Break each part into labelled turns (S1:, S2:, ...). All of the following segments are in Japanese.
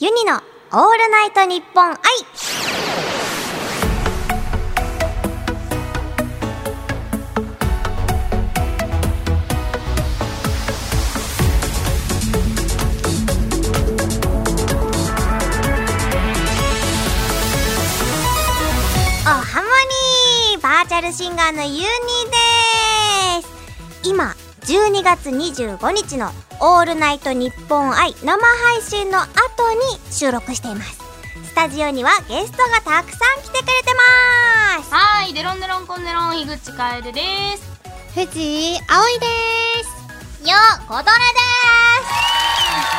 S1: ユニのオールナイトニッポン愛おハモニーバーチャルシンガーのユニです今12月25日の「オールナイトニッポン愛」生配信の後に収録していますスタジオにはゲストがたくさん来てくれてます
S2: はーい、デロンデロンコンデロン、樋口楓です。
S3: 藤井葵です。
S1: よこどれです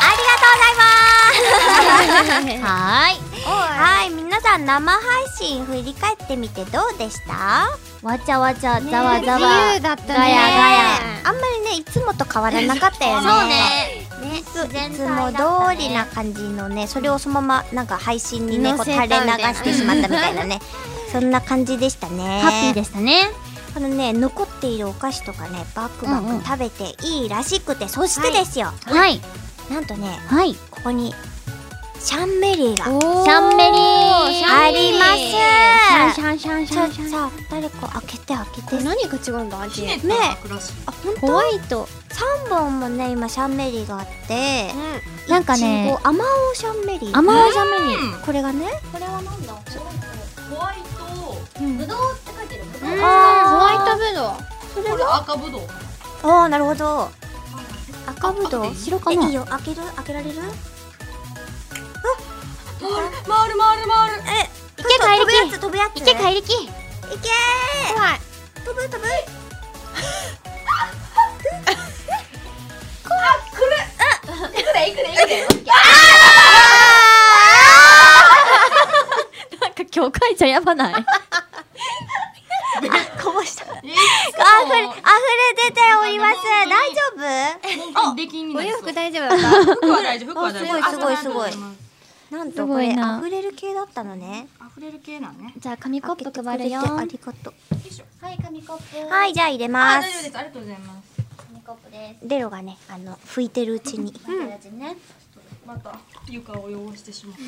S1: ありがとうございます
S2: はーい。
S1: はい、皆さん生配信振り返ってみてどうでしたわちゃわちゃ、ざわざわ
S3: 自由だったね。
S1: ガヤガヤあんまりね、いつもと変わらなかったよね
S2: そうね。
S1: ねい
S2: 自然体
S1: つ
S2: だ
S1: も
S2: った
S1: 通
S2: ね
S1: りな感じのねそれをそのままなんか配信にねこう
S3: 載
S1: 垂
S3: せ
S1: れ流
S3: たみたいな
S1: してしまったみたいなね そんな感じでしたね
S2: でしたね。
S1: このね残っているお菓子とかねバクバ
S2: うんうん
S1: ク食べていいらしくて、そしてですよ、
S2: はい。
S1: なんとね
S2: はい。
S1: ここにシャンメリーが
S2: シャンメリー。
S1: あります
S2: シャンシャンシ
S1: ち
S2: ャ
S1: ょ
S2: ンシャンシャ
S1: さあ
S2: ン。
S1: 誰か開けて開けて
S3: これ何が違うんだ味。
S1: ねあ本
S3: ホワイト。
S1: 当3本もね今シャンメリーがあって
S2: なんかね
S1: いちご甘おシャンメリー
S2: 甘いシャンメリー。
S1: これがね
S4: これはなんだホワイト
S1: うん
S4: ブドウって書いてるブドウ
S3: うん
S1: あ
S3: ホ
S1: ー
S3: ワイトブドウ。
S4: これ赤ブドウ
S1: おおなるほど赤ぶ
S4: あ
S1: ど
S4: 赤
S1: う
S4: でいい
S1: 白かもいいよ開ける開けられる
S4: 回る回る回る
S1: え
S2: いけ怪
S1: 飛ぶや
S2: 力
S1: つ飛ぶやつ
S2: いけ怪力
S1: いけ
S3: 怖い。
S1: ー飛ぶ飛ぶ
S4: いくでいくでいくで
S2: なんか教会じゃやばない。
S1: こぼしたあふれ
S4: あ
S1: あふれ出ております大丈
S4: あ出禁に
S3: お
S4: なり
S3: 洋
S4: そう
S3: 服大丈夫だった。
S4: 服は大丈夫服は大丈夫
S1: あすごいすごい
S4: あそうなんだ
S1: 夫なん
S2: す
S1: とこ
S2: ご
S1: れ
S2: いな
S1: あふれる系だったのね
S4: 溢れる系なのね
S2: じゃあ紙コップ配るよ。
S1: 開けてくれてありがと
S4: よいしょはい紙コッ
S1: う
S4: プ
S1: はいいじゃあ入れ
S4: あ
S1: ま
S4: 大丈夫ですすありがとうございます紙コップです
S1: デロがねあの拭いてるうちに
S4: うんねまた床を汚してしまって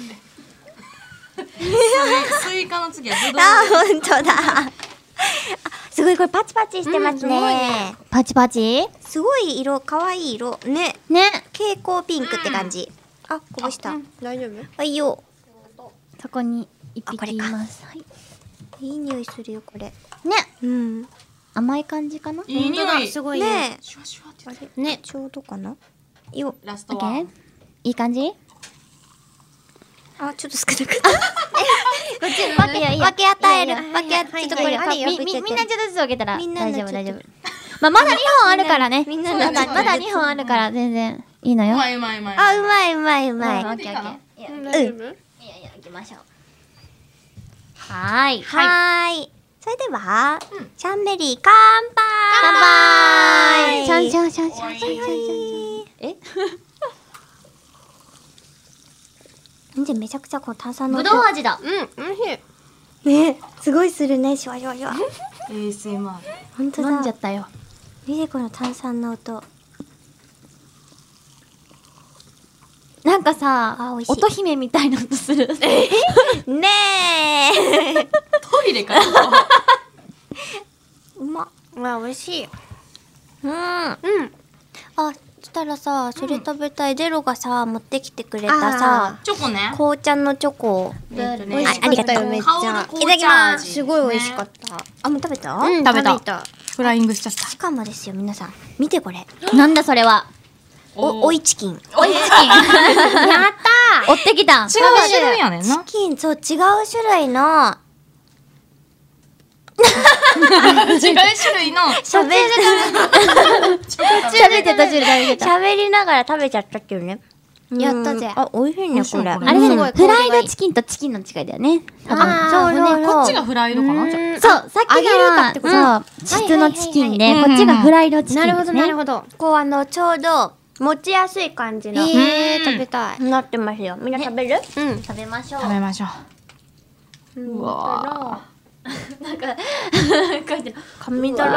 S4: スイスイカの次はブドウ
S1: あ本当だあすごいこれパチパチしてますね、
S2: パチパチ
S1: すごい色可愛い色ね
S2: ね。
S1: 蛍光ピンクって感じ、あこぼした、
S3: 大丈夫。
S1: はいよ
S2: そこに一
S1: あこれ
S2: 匹
S1: か
S2: います。はい
S1: いい匂いするよこれ
S2: ね。
S1: うんね
S2: 甘い感じかない
S4: い匂い
S3: すごいね。
S1: え
S4: シュワシュワって言って
S2: ね。
S1: ちょうどかなよ
S4: ラス
S2: オ
S4: ト
S2: ッケ
S4: は
S2: ー。いい感じ
S1: あちょっと少なくなっ
S3: こっち の
S2: 分け
S3: いいよ
S1: 分け与える
S3: いいよ
S1: 分け与
S3: は
S1: え
S3: い
S1: ちょっとこれ
S3: はいはい
S2: みみみんなちょっとずつ分けたら
S1: み
S2: 大
S1: んなの
S2: 丈夫大
S1: ち
S2: 丈
S1: ょっ
S2: 夫
S1: と。
S2: まあまだ2本あるからね。
S1: みんな
S2: ま
S1: の
S2: だまだ2本あるから全然いいの
S4: う
S2: よ。
S4: まいうまいうまい
S1: あうまいうまいうまい、
S2: うん
S1: は
S2: オ
S1: ー
S2: ッケーオッケ
S3: う
S2: ー。
S3: ん大丈夫。
S2: いやいや行きましょう。はーい。
S1: いそれでは、
S4: うん
S1: シャンメリー乾杯乾
S2: シャンシ
S1: ャン
S2: ャンシャンシャンシャンシャンシャンシャン え？
S1: でめちゃくちゃこう炭酸の
S2: ぶ
S1: 音
S2: どう味だ。
S3: うん、美味しい。
S1: ねすごいするねシュワシュワシュワ
S4: ASMR
S1: 本当
S2: 飲んじ
S1: だ
S2: ゃったよ。
S1: 見てこの炭酸の音なんかさあ美味しい
S2: 音姫みたいな音す る。
S1: ねえ
S4: トイレかな
S1: うま
S3: まあ、美味しい。
S1: うんあ
S3: うん。
S1: したらさそれ食べたい、デロがさ持ってきてくれ
S3: あ
S1: た
S3: ー
S1: さ
S4: チョコね
S1: 紅茶のチョコを
S4: えっとね
S3: 美味しかったよめっちゃ
S4: 香る紅茶味
S3: いただきますすごい美味しかった
S1: あもう食べた、
S3: うん
S2: 食べた
S4: フライングしちゃった
S1: しかもですよ皆さん見てこれ
S2: なんだそれは。
S1: おおいチキン
S4: おいチキン
S2: やった。 追ってきた。
S4: 違う種類やねん
S1: チ
S4: な
S1: キンそう違う種類の
S4: 違う種類の
S1: 喋り
S4: チョコ
S2: 食べてた中で食べてた。
S1: 喋りながら食べちゃったっていうね
S3: やったぜ
S1: うんあ美味しい
S4: 美
S1: ね
S4: 味しいね
S1: これ
S4: これ
S2: あれだよ
S3: すご
S2: ね
S3: い。
S2: フライドチキンとチキンの違いだよね。多分。
S3: あー
S1: そうそう
S4: こっちがフライドかなじゃあ
S2: そう、さっき
S3: 揚げるかってこと
S2: が、そう、質のチキン
S4: は
S2: で、
S4: いはいはい
S2: こっちがフライドチキン
S3: な
S2: で
S3: るほ
S2: すね。
S3: ど、なるほど。
S1: こうあのちょうど持ちやすい感じの、
S3: ええ、食べたい。
S1: なってますよみんな食べる
S3: うん。
S2: 食べましょう。
S4: 食べましょううわ
S1: 紙だら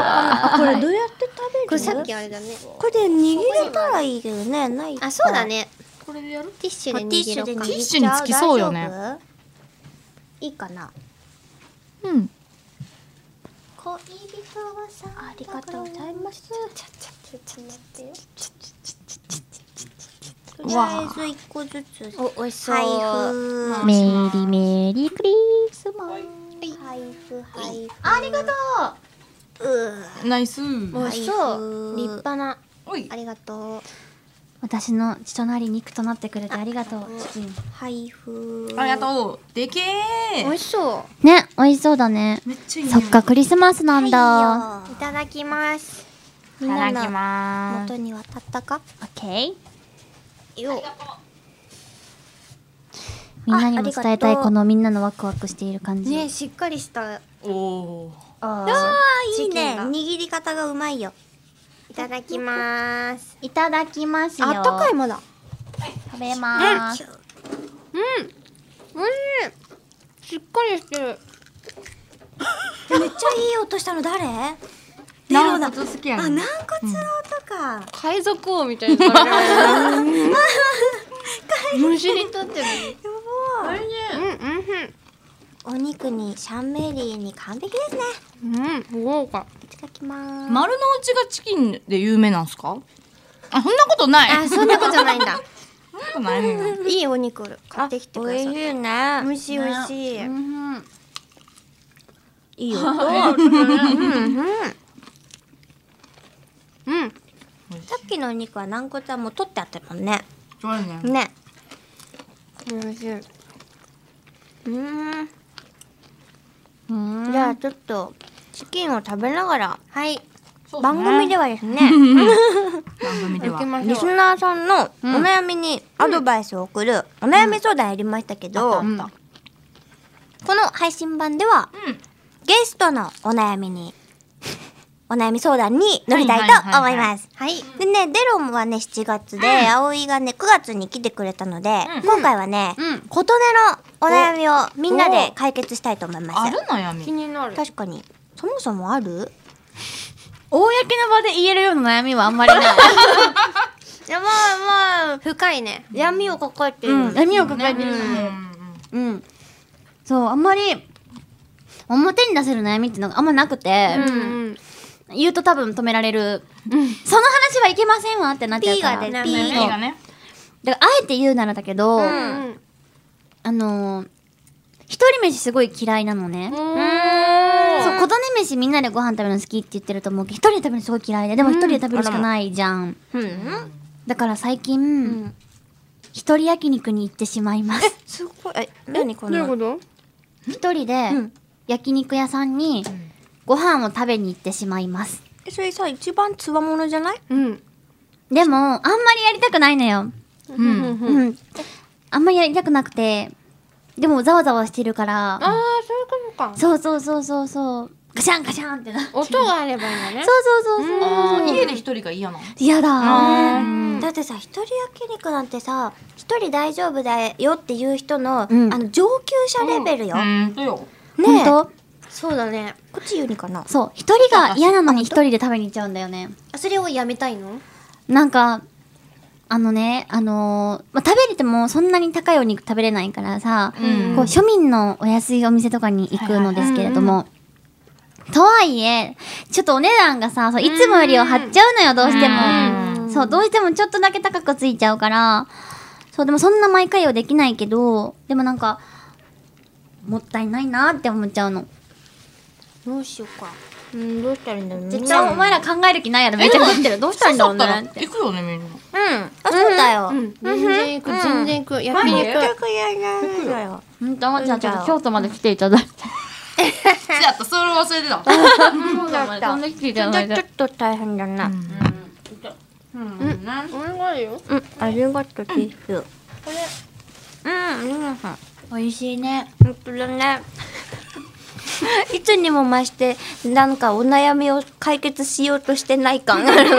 S1: かなこれどうやって食べる
S3: これさっきあれだね。
S1: これ握れたらいいけどねない
S3: あ、そうだね。これでやる
S5: ティッシュで握ろうか
S1: ティ
S2: ッシュにつきそうよね
S5: 大丈夫
S1: いいかな
S2: うん。
S1: 恋人はさありがとうございますちゃちゃちゃちゃちゃとりあえず一個ずつ
S5: お、美味しそう。
S1: 配布
S2: メリーメリークリスマ
S1: 配布配布
S5: ありがと
S1: う
S2: ス。ナイス。
S5: う。美味しそう。
S1: 配布
S5: 立派な。
S3: おい
S5: ありがとう。
S2: 私の血となり肉となってくれてありがとう。
S1: 配布
S3: ありがとうでけ
S5: 美
S3: え
S5: 味しそ
S2: ね、美味しそうだね。
S3: めっちゃいい
S2: そっか、クリスマスなんだ。
S1: は
S5: う。いただきます。
S1: い
S2: い
S1: よみんなの
S2: ま
S1: 元に渡ったか
S2: オッケー。
S5: よ。
S2: みんなにも伝
S1: ああり
S2: えたい
S1: がとう
S2: このみんなのワクワクしている感じ。
S5: ね、しっかりした。
S3: おお
S2: あ
S1: あー
S2: ー
S1: いいね
S5: チキンが
S1: 握り方がうまいよ
S5: いただきます。
S2: いただきますよ。
S5: あったかいまだ。
S2: 食べまーす。
S5: うん。しっかりしてる。
S1: めっちゃいい音したの誰出
S3: な
S1: る
S3: る
S1: な
S3: ほど好きや
S1: あ、
S3: ね
S1: 軟骨の音か、
S5: 海賊王みたいな感じ。虫にとっても。
S1: やばい
S5: うん
S1: お肉にシャンメリーに完璧ですね
S5: うんうん。うん。豪華。
S1: いただきます、
S3: 丸の内がチキンで有名なんすかあそんなことない
S5: あ、そんなことないんだ。
S3: そんなことないね
S5: いいお肉買ってきてください。
S1: いね
S5: 美味しい美味しい。
S2: うん。
S1: いいよ
S5: うん。
S1: さっきのお肉は軟骨はもう取ってあったもんね
S3: そうやね
S1: ね
S5: 美味しい。
S1: うん
S2: うん。
S1: じゃあちょっとチキンを食べながら
S5: はい。
S3: そうです
S1: 番
S3: ね
S1: 組ではですね
S3: 番組では
S5: 行きま
S1: リ
S5: し
S1: ス
S5: ょう。
S1: ナーさんのお悩みにアドバイスを送るお悩み相談やりましたけど、
S3: うん
S1: この配信版ではゲストのお悩みに お悩み相談に乗りたいと思います。
S5: はい。
S1: でね、デロンはね、7月で、葵がね、9月に来てくれたので、今回はね、
S2: うん
S1: 琴音のお悩みをみんなで解決したいと思いま
S3: あ
S1: す
S3: る。悩み
S5: 気になる。
S1: 確かに。そもそもある
S2: 公の場で言えるような悩みはあんまりない。
S5: いやまあまあ深いね。闇を抱えている。
S2: うん。闇を抱えてる。うん。そう、あんまり、表に出せる悩みっていうのがあんまなくて、
S5: うん。
S2: 言うと多分止められる。その話はいけませんわってなっちゃうから。
S1: P が出
S5: て
S2: ピー
S3: 悩み
S2: の
S3: が。ね
S2: だから、あえて言うならだけど、
S5: うん。
S2: あのー、一人飯すごい嫌いなのね。そう、琴音飯みんなでご飯食べるの好きって言ってると思うけど、一人で食べるのすごい嫌いで、でも一人で食べるしかないじゃん。
S1: うん。
S2: だから最近、一人焼肉に行ってしまいます。
S1: すごい。え、 何この。
S5: と？
S2: 一人で
S1: うん
S2: 焼肉屋さんにご飯を食べに行ってしまいます。
S1: えそれさ、一番つわものじゃない
S5: うん。
S2: でも、あんまりやりたくないのよ。
S3: うん
S2: うん。あんまりやりたくなくて、でもざわざわしてるから、
S5: ああそういうことか。
S2: そうそうそうそうそう、ガシャンガシャンってな。そう
S5: 音があればいいんだね。
S2: そうそう
S3: あ
S2: そう。
S3: ー家で一人が嫌なの
S2: 嫌だ。
S1: だってさ一人焼肉なんてさ一人大丈夫だよっていう人の,、
S2: うん
S1: あの上級者レベルよ、
S3: うんとよ
S1: ねえこ
S2: 本
S5: そうだね。
S1: っち言うにかな
S2: 当そう、一人が嫌なのに一人で食べに行っちゃうんだよね。
S5: それをやめたいの？
S2: なんか、あのね、あのーまあ、食べれてもそんなに高いお肉食べれないからさ、
S3: ん
S2: こう庶民のお安いお店とかに行くのですけれども、とはいえ、ちょっとお値段がさ、そういつもよりを張っちゃうのよ、どうしても。そう、どうしてもちょっとだけ高くついちゃうから、そう、でもそんな毎回はできないけど、でもなんか、もったいないなって思っちゃうの。
S5: どうしようか。
S1: うんどうしたらいいんだろうね
S2: 絶対お前ら考える気ないやろ、めっちゃ食ってる。どうしたんだろうねって
S3: 行。くよねみんな
S1: うんあそうだよ、
S5: うん。全然行く全然行く。焼
S3: 前
S5: 肉。
S1: 全く嫌いなんだよ
S2: 本当じゃあちょっと京都まで来ていただいて。
S3: そうやったそれ忘れてた
S2: そうだった。んで来てい
S1: ちょ
S2: た
S1: っ
S2: だい
S1: と
S2: て
S1: ちょ。っと大変だなうん、
S5: お願いよ。
S1: ありがとうティッシュこれうんうん
S2: 美味しいね。
S1: 本当だね いつにも増してなんかお悩みを解決しようとしてない感がある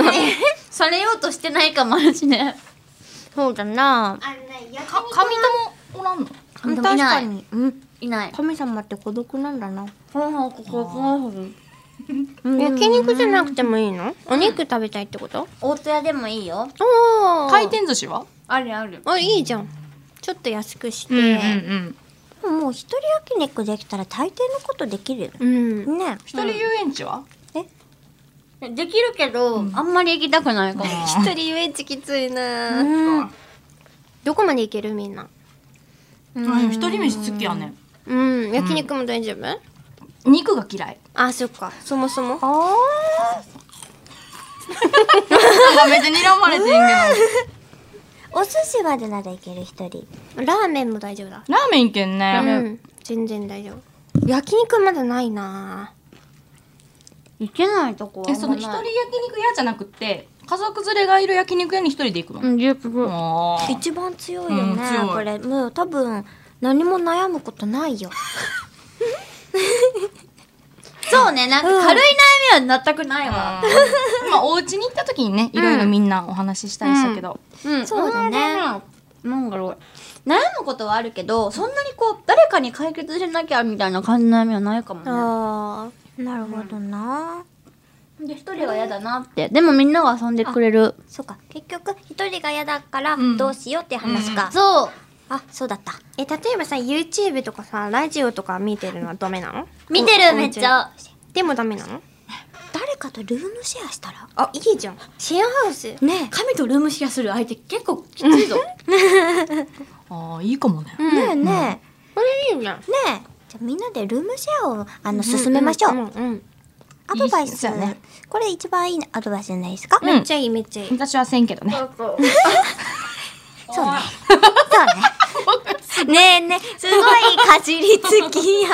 S2: されようとしてないかもあるしね。
S1: そうだな
S3: か神ともおらんの
S2: 神
S1: 確
S2: 様いな
S1: か
S2: い。
S1: にうん
S2: いない。
S1: 神様って孤独なんだな
S2: ほんほんここここ。
S5: 焼肉じゃなくてもいいの？お肉食べたいってこと？
S2: 大戸屋でもいいよ。
S5: おお。
S3: 回転寿司はあるある。
S5: あいいじゃんちょっと安くして、
S3: うんうんうん。
S1: でももう一人焼肉できたら大抵のことできるよね
S5: うん
S1: ね
S3: 一人遊園地は？
S2: できるけど、あんまり行きたくないかも。
S5: 一人遊園地きついな、
S3: うん。
S5: どこまで行けるみんな
S3: あでも一人飯好きやね。
S5: うん焼肉も大丈夫、
S3: 肉が嫌い。
S5: あそっかそもそも
S3: なんかめっちゃ睨まれてんけど。
S1: お寿司までならいける一人
S5: ラーメンも大丈夫だ
S3: ラーメンいけん
S5: う
S3: ね。
S5: ん全然大丈夫焼肉まだないな
S2: 行けないとこは
S3: え
S2: あん
S3: そ
S2: ま
S3: の
S2: ない。
S3: 一人焼肉屋じゃなくて家族連れがいる焼肉屋に一人で行くの。
S2: うん、十分。
S3: あー
S1: 一番強いよね、
S3: うん強い
S1: これもう多分何も悩むことないよ
S2: そうね、なんか軽い悩みは全くないわ。
S3: 今お家に行った時にねいろいろみんなお話ししたりしたけど、
S2: うん、
S1: そうだね
S2: うん。なんだろう。悩むことはあるけど、そんなにこう、誰かに解決しなきゃみたいな感じの悩みはないかもね。
S5: あ
S1: なるほどな、
S2: で一人は嫌だなってでもみんなが遊んでくれる
S1: そうか結局一人が嫌だから
S3: うん
S1: どうしようって話か、
S2: そう
S1: あそうだった
S5: え例えばさ YouTube とかさラジオとか見てるのはダメなの
S2: 見てるめっちゃ
S5: でもダメなの
S1: 誰かとルームシェアしたら
S5: あいいじゃんシェアハウス
S1: ね
S2: 神とルームシェアする相手結構きついぞ
S3: ああいいかもね、
S1: え、ねえね
S5: これいいじゃん
S1: えねえじゃあみんなでルームシェアをあの進めましょう、
S5: んん
S1: アドバイ
S3: いいっ
S1: ス
S3: すよね
S1: これ一番いいアドバイスじゃないですか、
S3: うん
S5: めっちゃいいめっちゃいい、
S3: 私はせんけどね
S1: そうね。そうね。ねえねえ、すごいかじりつきや。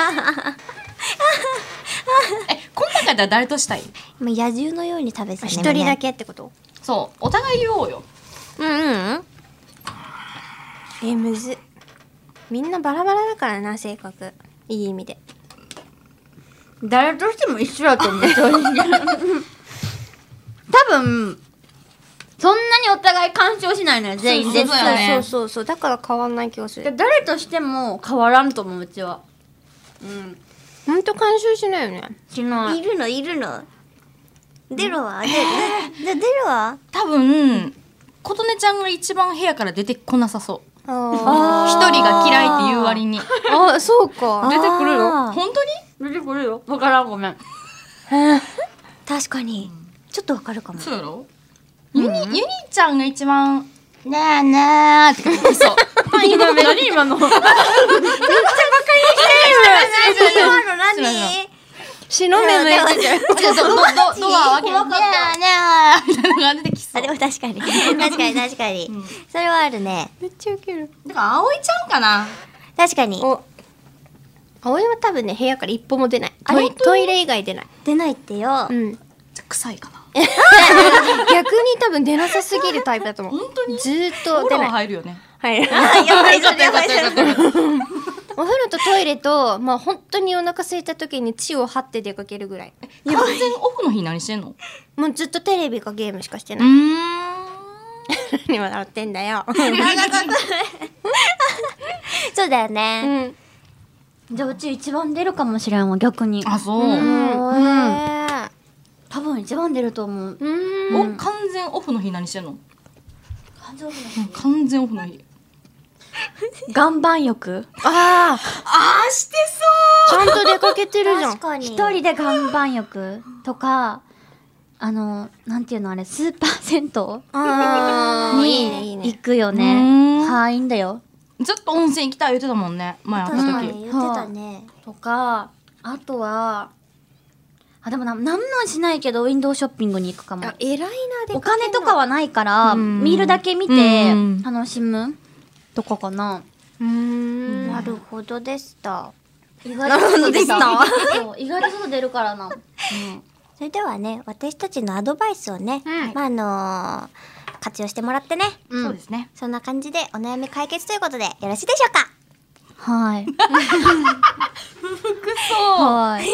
S3: え今回だったら誰としたい
S1: もう野獣のように食べてたね。
S5: 一人だ
S1: け。
S5: けってこと
S3: そうお互い言おうよ
S1: うんうん。
S5: えむずみんなバラバラだからな性格いい意味で
S2: 誰としても一緒だと思う正直 多分そんなにお互い干渉しないのよ全員絶
S3: そうだよね
S2: 対
S5: そうそうそうだから変わんない気がす
S2: で
S5: る
S2: 誰としても変わらんと思ううちはうん
S5: ほんと干渉しないよね
S2: しない
S1: いるのいるの。出ろは。で、で、で出ろは。
S3: 多分琴音ちゃんが一番部屋から出てこなさそう
S5: あ
S3: 一人が嫌いっていう割に出て
S5: ーあそうか
S3: くる
S1: あー
S3: の本当に
S2: 出てくるよわからんごめん
S1: 確かに。ちょっとわかるかも。
S3: そうやろユニ、ユニちゃんが一番ねえねえって言って そう
S2: 今の何今の
S1: 今の
S3: そうなの
S1: 何？
S5: 白目の やつじゃ ん
S3: ちょっとドドドアを開けてねえねえみたいな感じで来そ
S1: あ
S3: う
S1: でも確かに。確かに確かに。それはあるね。
S5: めっちゃウケる
S3: だから葵ちゃんかな
S1: 確かに。
S5: お葵は多分ね部屋から一歩も出ない
S1: あ
S5: トイ
S1: 本当
S5: トイレ以外出ない
S1: 出ないってよ
S5: う。ん
S3: 臭いかな
S5: 逆に多分出なさすぎるタイプだと思う
S3: 本当に
S5: ずーっ
S3: お風
S5: と出
S3: 呂は
S5: ない
S3: 入るよね
S5: はい
S1: あや ばいそれやばいそれ
S5: お風呂とトイレと、まあ、本当にお腹空いた時に血を張って出かけるぐらい
S3: 完全オフの日何してんの
S5: もうずっとテレビかゲームしかして
S3: う
S5: ない
S3: ん
S5: 何笑ってんだよ
S1: そうだよね。
S5: うん
S2: じゃあうち一番出るかもしれんわ逆に
S3: あそう、
S2: 多分一番出ると思う
S5: うん
S3: お完全オフの日何してんの完全オフの日
S2: 岩盤浴
S5: ああ
S3: あーして
S5: ちゃんと出かけてるじゃん
S1: 確かに。
S2: 一人で岩盤浴とかあのなんていうのあれスーパー銭
S5: あ
S2: 湯
S5: ーいいねい
S2: に
S5: いね
S2: 行くよ
S3: う
S2: ね
S3: ん
S2: はいいいんだよ
S3: そうずっと温泉行きたい言ってたもんね前会っ
S1: 確
S3: た
S1: か
S3: 時
S1: に言ってたね。
S2: とかあとはあでもな何もしないけどウィンドウショッピングに行くかも
S5: あ偉いなで
S2: お金とかはないから
S3: うん
S2: 見るだけ見て
S3: うん
S2: 楽しむとかかな
S5: うん
S1: なるほどでした。
S2: 意外と外出たそう意外と外出るからな、うん
S1: それではね私たちのアドバイスをね、
S5: うん
S1: まああのー活用してもらってね
S2: うん
S3: そうですね
S1: そんな感じでお悩み解決ということでよろしいでしょうか
S2: はい。はい。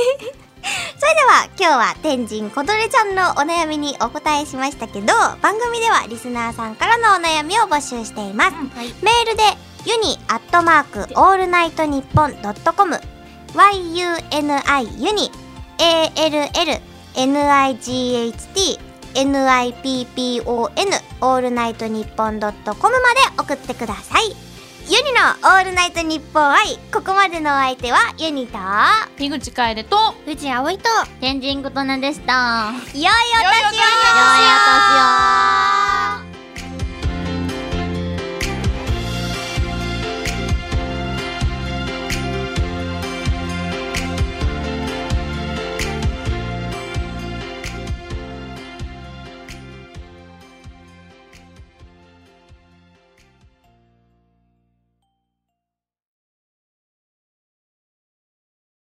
S1: それでは今日は天神小鳥ちゃんのお悩みにお答えしましたけど番組ではリスナーさんからのお悩みを募集しています、メールでユニアットマークオールナイトニッポンドットコム YUNI ユニ ALLNIGHT nippon オールナイトニッポンドットコムまで送ってくださいユニの「オールナイトニッポン愛」ここまでのお相手はユニと
S3: 樋口楓と
S2: うちあおいと天神琴音でした
S1: 良いお年を